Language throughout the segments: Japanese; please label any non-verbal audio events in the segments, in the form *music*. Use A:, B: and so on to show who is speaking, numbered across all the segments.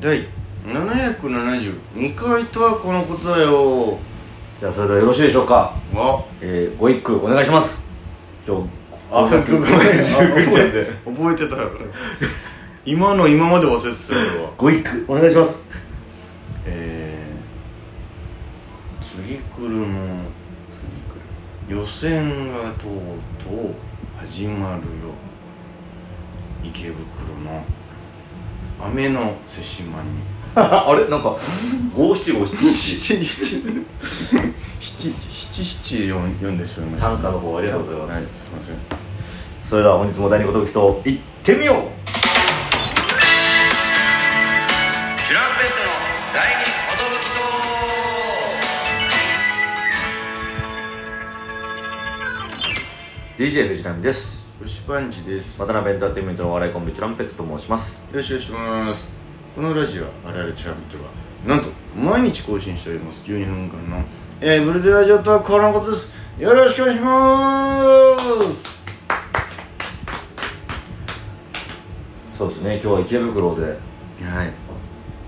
A: 第772回とはこのことだよ
B: じゃあそれではよろしいでしょうか、
A: あ
B: えー、ご一句お願いします今日
A: あさっきごめん
B: 覚え
A: 覚え覚えてたよ今の今まで忘れてたよ俺は
B: ご一句お願いします
A: えー、次来るの予選がとうとう始まるよ池袋の雨の瀬島に
B: *laughs* あれなんか五七
A: *laughs*
B: 五七七
A: 七七七七七を読んでしまいました
B: 短歌の方ありがとうござ
A: は
B: います
A: いすいません
B: それでは本日も第二言武器層いってみよう
A: チュランペットの第二寿
B: DJ 藤波です
A: と牛パンチです
B: 渡辺エンターテインメントのお笑いコンビチュランペットと申します
A: よろしくお願いしますこのラジオ「あられチャンピオン」はなんと毎日更新しております12分間の「えー、ブルデラジオ」とはこのことですよろしくお願いします
B: そうですね今日は池袋で、
A: はい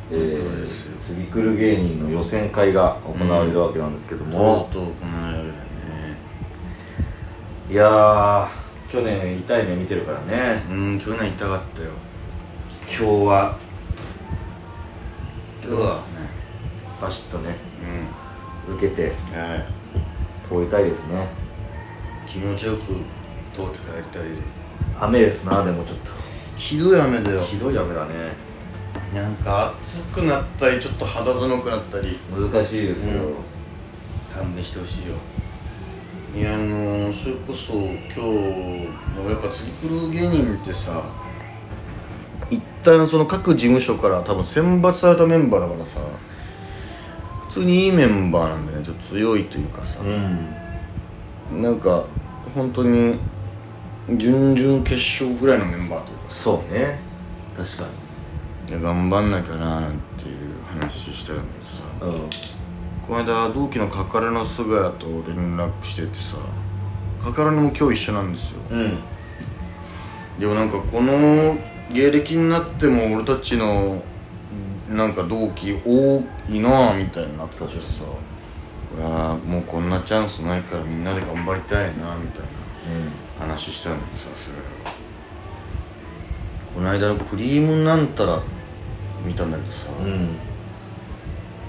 B: え
A: そうで
B: ー
A: すよ、
B: 次来る芸人の予選会が行われるわけなんですけども、
A: とうとうこのライブだね
B: いやー去年痛い目見てるからね
A: うん去年痛かったよ
B: 今日は
A: 今日はね
B: バシッとね
A: う
B: 受けて
A: んはい
B: 通りたいですね
A: 気持ちよく通って帰りたい
B: 雨ですなでもちょっと
A: ひどい雨だよ
B: ひどい雨だね
A: なんか暑くなったりちょっと肌寒くなったり
B: 難しいですよ、
A: うん勘弁してほしいよいやあのー、それこそ今日もうやっぱ次来る芸人ってさ一旦その各事務所から多分選抜されたメンバーだからさ普通にいいメンバーなんだよねちょっと強いというかさ、
B: うん
A: なんか本当に準々決勝ぐらいのメンバーというかさ
B: そうね確か
A: いや頑張んなきゃなーなんていう話したんだけどさ
B: にうん
A: この間同期のカカラの菅谷と連絡しててさカカラのも今日一緒なんですよ
B: うん
A: でもなんかこの芸歴になっても俺たちのなんか同期多いなぁみたいになったしさこれはもうこんなチャンスないからみんなで頑張りたいなぁみたいな話したのにさすがにこの間のクリームなんたら見たんだけどさ、
B: うんうん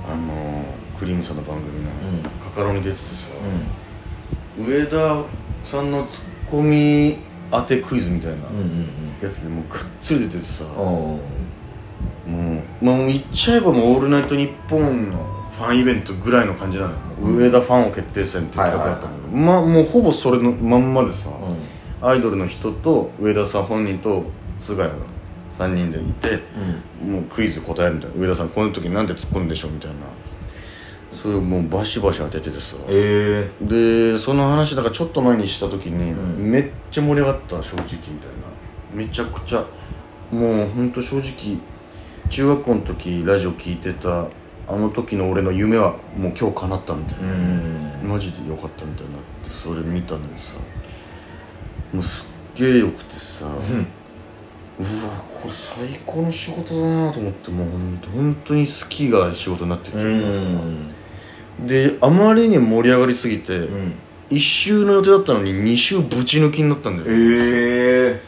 A: あのクリームさんの番組の
B: うん
A: カカロニ出ててさ、上田さんのツッコミ当てクイズみたいな
B: うんうんうん
A: やつでもうがっつり出ててさ、
B: うん
A: もうまあもう言っちゃえばもう「オールナイトニッポン」のファンイベントぐらいの感じなのよ、もう上田ファンを決定戦っていう企画だったんだけど、まあもうほぼそれのまんまでさ、
B: うん
A: アイドルの人と上田さん本人と菅谷が3人でいて、もうクイズ答えるみたいな上田さんこの時なんで突っ込んでしょうみたいなそれをもうバシバシ当てててさ、
B: ええ
A: でその話だからちょっと前にした時に、
B: うん
A: めっちゃ盛り上がった正直みたいなめちゃくちゃもうほんと正直中学校の時ラジオ聞いてたあの時の俺の夢はもう今日叶ったみたいな、
B: ん
A: マジでよかったみたいになってそれ見たのにさもうすっげえよくてさ、う
B: *laughs*
A: わこれ最高の仕事だなと思ってもうほんと本当に好きが仕事になってきて
B: う
A: る
B: ん
A: であまりに盛り上がりすぎて、
B: うん
A: 1周の予定だったのに2周ぶち抜きになったんだよ、
B: ええ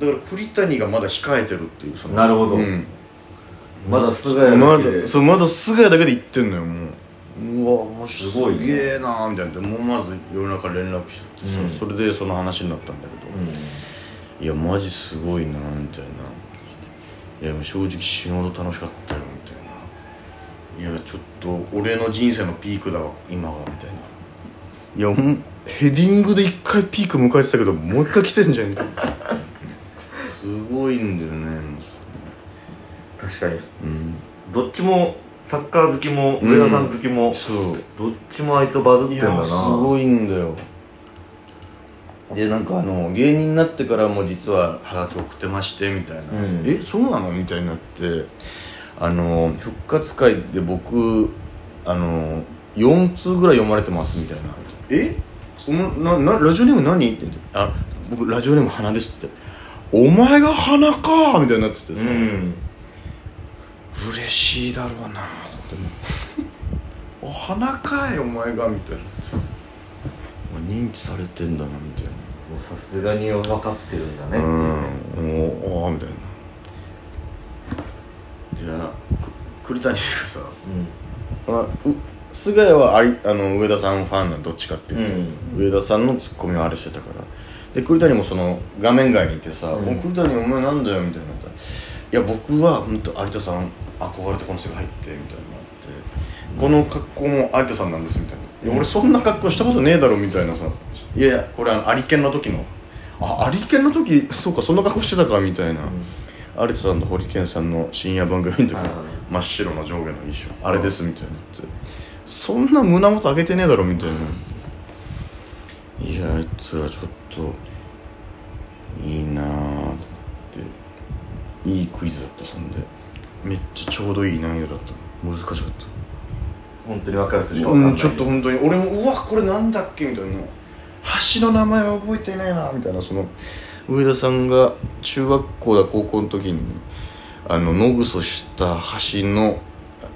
A: だから栗谷がまだ控えてるっていうその
B: なるほど
A: うん、
B: まだ菅谷
A: ま
B: だけで
A: だそうまだ菅谷だけで行ってんのよもううわもう
B: すごいね
A: すげえなーみたいなでもうまず夜中連絡しててさ、
B: うん
A: それでその話になったんだけど、
B: う
A: いやマジすごいなーみたいないやもう正直死ぬほど楽しかったよみたいないやちょっと俺の人生のピークだわ今がみたいないやほんヘディングで一回ピーク迎えてたけどもう一回来てんじゃんすごいんだよねも
B: ん確かに
A: ううん
B: どっちもサッカー好きも上田さん好きも
A: そう
B: どっちもあいつバズってんだな
A: すごいんだよでなんかあの芸人になってからも実はハガキ送ってましてみたいな「
B: うん
A: えそうなの?」みたいになってあの復活会で僕あの4通ぐらい読まれてますみたいな「えおななラジオネーム何?」って言って「あ僕ラジオネーム花です」って「お前が花か」みたいになっててさ、
B: うん
A: う嬉しいだろうなと思ってもうお花かいお前がみたいなお前認知されてんだなみたいな
B: もうさすがに分かってるんだねっていうね
A: うんもうああみたいなじゃあく栗谷がさあう菅谷はありあの上田さんファンなのどっちかっていうと、上田さんのツッコミをあれしてたからで栗谷もその画面外にいてさ「
B: うん
A: もう栗谷お前なんだよ」みたいになったら「いや僕は本当有田さん憧れてこの世界入って」みたいになって「この格好も有田さんなんです」みたいな「いや俺そんな格好したことねえだろ」みたいなさ「いやいやこれあのアリケンの時のあアリケンの時そうかそんな格好してたか」みたいな、
B: う
A: 有田さんと堀健さんの深夜番組の時の
B: あー
A: 真っ白の上下の衣装あれですみたいになってそんな胸元上げてねえだろみたいないやあいつらちょっといいなあと思っていいクイズだったそんでめっちゃちょうどいい難易度だった難しかった
B: ん本当に分かる人しか分かん
A: う
B: ない、
A: ん、ちょっと本当に俺もうわこれなんだっけみたいな橋の名前は覚えてないなみたいなその上田さんが中学校だ高校の時にあの野ぐそした橋の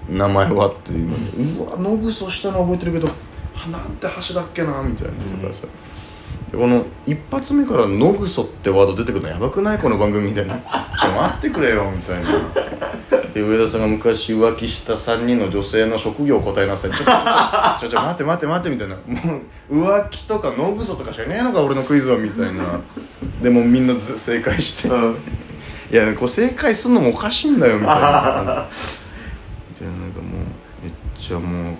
A: 名前はっていうのにうわ野ぐそしたの覚えてるけどはなんて橋だっけなみたいなとかさ、でこの一発目から「野ぐそ」ってワード出てくるのやばくないこの番組みたいな「ちょ待ってくれよ」みたいなで上田さんが昔浮気した3人の女性の職業を答えなさいちょっとちょちょ待って待って待ってみたいなもう浮気とか野ぐそとかしかねえのか俺のクイズはみたいなでもみんなず正解していやこう正解するのもおかしいんだよみたいなみたいななんかもうめっちゃもう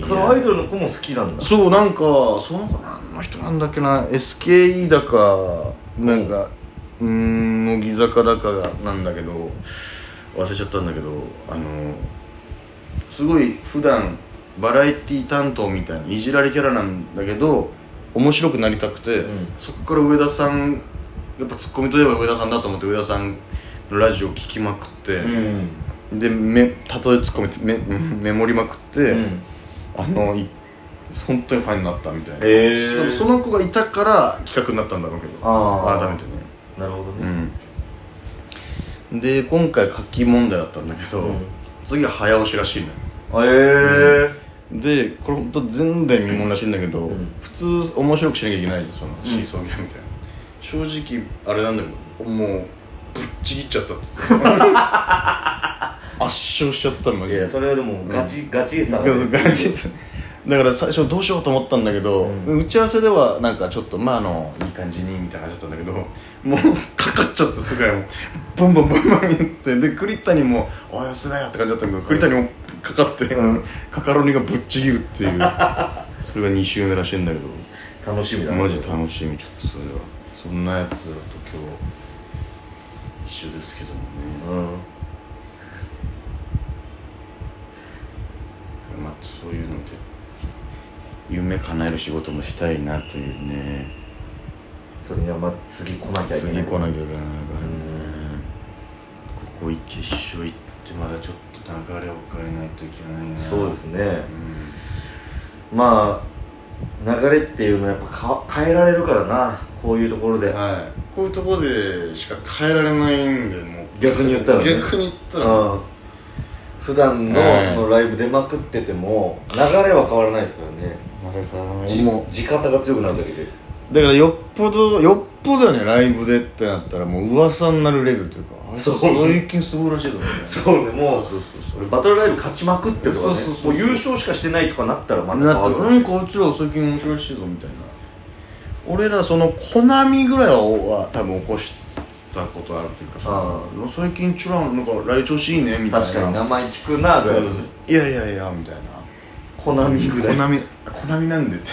A: さ
B: そのアイドルの子も好きなんだ
A: そうなんかその子何の人なんだっけな SKE だかなんかうーん乃木坂だかがなんだけど忘れちゃったんだけどあのすごい普段バラエティ担当みたいないじられキャラなんだけど面白くなりたくて、
B: うん
A: そこから上田さんやっぱツッコミといえば上田さんだと思って上田さんのラジオ聞きまくって、
B: ん
A: でめたとえツッコミめメモりまくって。
B: うん
A: あのい本当にファンになったみたいな、
B: へー
A: そその子がいたから企画になったんだろうけど
B: あー
A: 改めてね
B: なるほどね、
A: うんで今回書き問題だったんだけど、
B: うん
A: 次は早押しらしいのよ
B: あえー
A: でこれ本当前代未聞らしいんだけど、
B: うん
A: 普通面白くしなきゃいけないその
B: ん
A: シーソーゲームみたいな、正直あれなんだけどもうぶっちぎっちゃったって *laughs* 圧勝しちゃったのマ
B: い
A: ジで
B: やそれはでもガチ、ガチさだね
A: そうガチですだから最初どうしようと思ったんだけど、
B: うん
A: 打ち合わせではなんかちょっとまああのいい感じにみたいな話だったんだけど *laughs* もうかかっちゃって菅谷もバンバンバンバン言ってで栗谷も「おい菅谷」って感じだったんだけど栗谷もかかって、
B: うん
A: カカロニがぶっちぎるっていう *laughs* それが2周目らしいんだけど
B: 楽しみだね
A: マジ楽しみちょっとそれはそんなやつらと今日一緒ですけどもね、
B: うん
A: まあ、そういうので夢叶える仕事もしたいなというね
B: それにはまず次来なきゃいけない
A: 次来なきゃいけないからね
B: う
A: ここ一決勝行ってまだちょっと流れを変えないといけないな
B: そうですね
A: うん
B: まあ流れっていうのはやっぱか変えられるからなこういうところで、
A: はいこういうところでしか変えられないんでもう
B: 逆に言ったらね
A: 逆に言ったら
B: うん普段の
A: はい
B: そのライブ出まくってても流れは変わらないですからね
A: あれかな
B: じ
A: も
B: 地方が強くなるだけで
A: うだからよっぽどよっぽどねライブでってなったらもう噂になるレベルというかあれ
B: そう
A: 最近すごいらしいぞみたいな
B: そうねもう
A: そうそうそう
B: 俺バトルライブ勝ちまくってとかね
A: そうそうそうそう
B: もう優勝しかしてないとかなったらまた変
A: な
B: わ
A: った
B: る
A: ら何こいつら最近面白いしぞみたいな俺らそのコナミぐらいは多分起こしたことあるというかその最近チュランなんか来調子いいねみたいな
B: 確かに名前聞くなぐらいです
A: いやいやいやみたいな
B: コナミぐら
A: コ
B: い
A: ナミコナミなんでって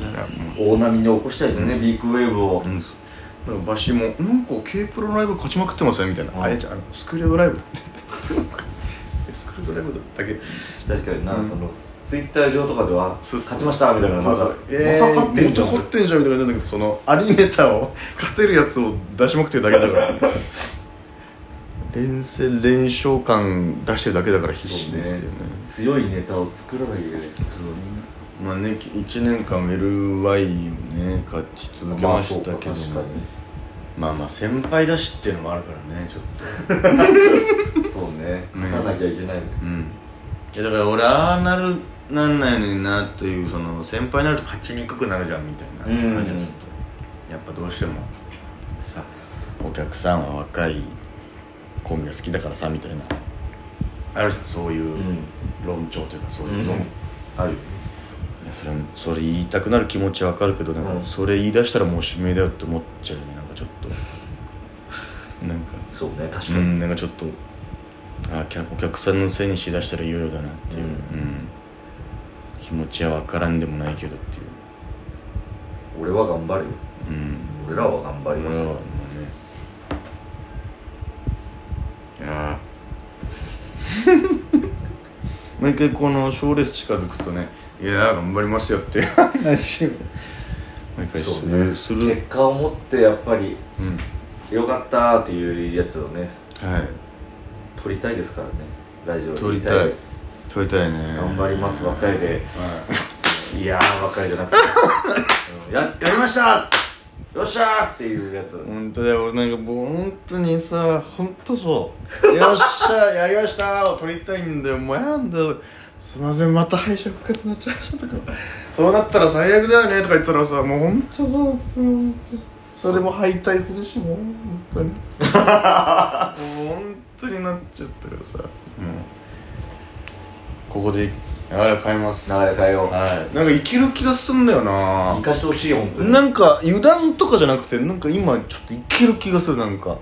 A: ならも
B: 大波に起こしたいですね、ビッグウェーブを
A: う、うん、だからバシも「なんか K プロのライブ勝ちまくってますね」みたいな「
B: うん
A: あれじゃあのスクリューライブ」 *laughs* スクリューライブだけ
B: 確かにな、
A: うん
B: そのツイッター上とかでは
A: そうそう
B: 勝ちましたみたいなのがま
A: そう
B: た
A: そう
B: また勝ってんじゃん
A: また勝ってんじゃんみたいな感じなんだけどそのアニネタを勝てるやつを出しまくってるだけだから連戦連勝感出してるだけだから必死
B: そ
A: に
B: う
A: っていう
B: ね
A: ね
B: 強いネタを作らなきゃいけない
A: まあね1年間ウェルワイをね勝ち続けましたけど
B: まあそうか確かに
A: まあまあ先輩だしっていうのもあるからねちょっと
B: そうね
A: うん
B: 勝たなきゃいけないね
A: うんいやだから俺ああなるなんないのになというその先輩になると勝ちにくくなるじゃんみたいな
B: うん
A: 感じはちょっとやっぱどうしてもさお客さんは若いコンビが好きだからさみたいなあるじゃんそういううん論調というかそういううんゾーン、
B: ある
A: いやそれそれ言いたくなる気持ちはわかるけどなん
B: う
A: か
B: ん
A: それ言い出したらもう指名だよって思っちゃうよねなんかちょっとなんか
B: そうね確
A: う
B: かに
A: んなんかちょっとあきゃお客さんのせいにしだしたらいよいよだなっていう、
B: うん
A: うん気持ちは分からんでもないけどっていう
B: 俺は頑張るよ
A: うん
B: 俺らは頑張ります
A: 俺は
B: よ
A: もうねああ毎回この賞レース近づくとね「いやー頑張りますよ」っていう話を毎回す
B: そう
A: る、
B: ね
A: する
B: 結果を持ってやっぱり
A: うん
B: よかったーっていうやつをね
A: はい
B: 撮りたいですからねラジオで
A: 撮りたい
B: です
A: 撮りたいね
B: 頑張ります若いで
A: はい
B: いやー若いじゃなくてうん *laughs* ややりましたよっしゃーっていうやつ
A: 本当だよ俺なんかもう本当にさ本当 *laughs* そう「よっしゃやりました」を撮りたいんだよもうやなんだよすいませんまた敗者復活になっちゃいましたとかそうなったら最悪だよねとか言ったらさもう本当そうそうそれも敗退するしもう本当にもう本当になっちゃったからさもうここで流れ変えます
B: 流れ変えよう
A: はいなんか生きる気がすんだよな
B: 生かしてほしい本当に
A: なんか油断とかじゃなくてなんか今ちょっといける気がするなんか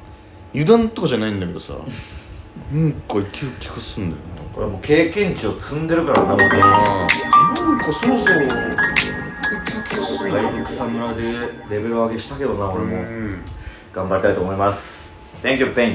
A: 油断とかじゃないんだけど *laughs* さなんかいける気がするんだよ
B: これはもう経験値を積んでるからな僕は
A: ななんかそろそろいける気がするんだよ
B: はい草むらでレベル上げしたけどな
A: こ
B: 俺
A: れ
B: も
A: も
B: 頑張りたいと思います Thank you, thank you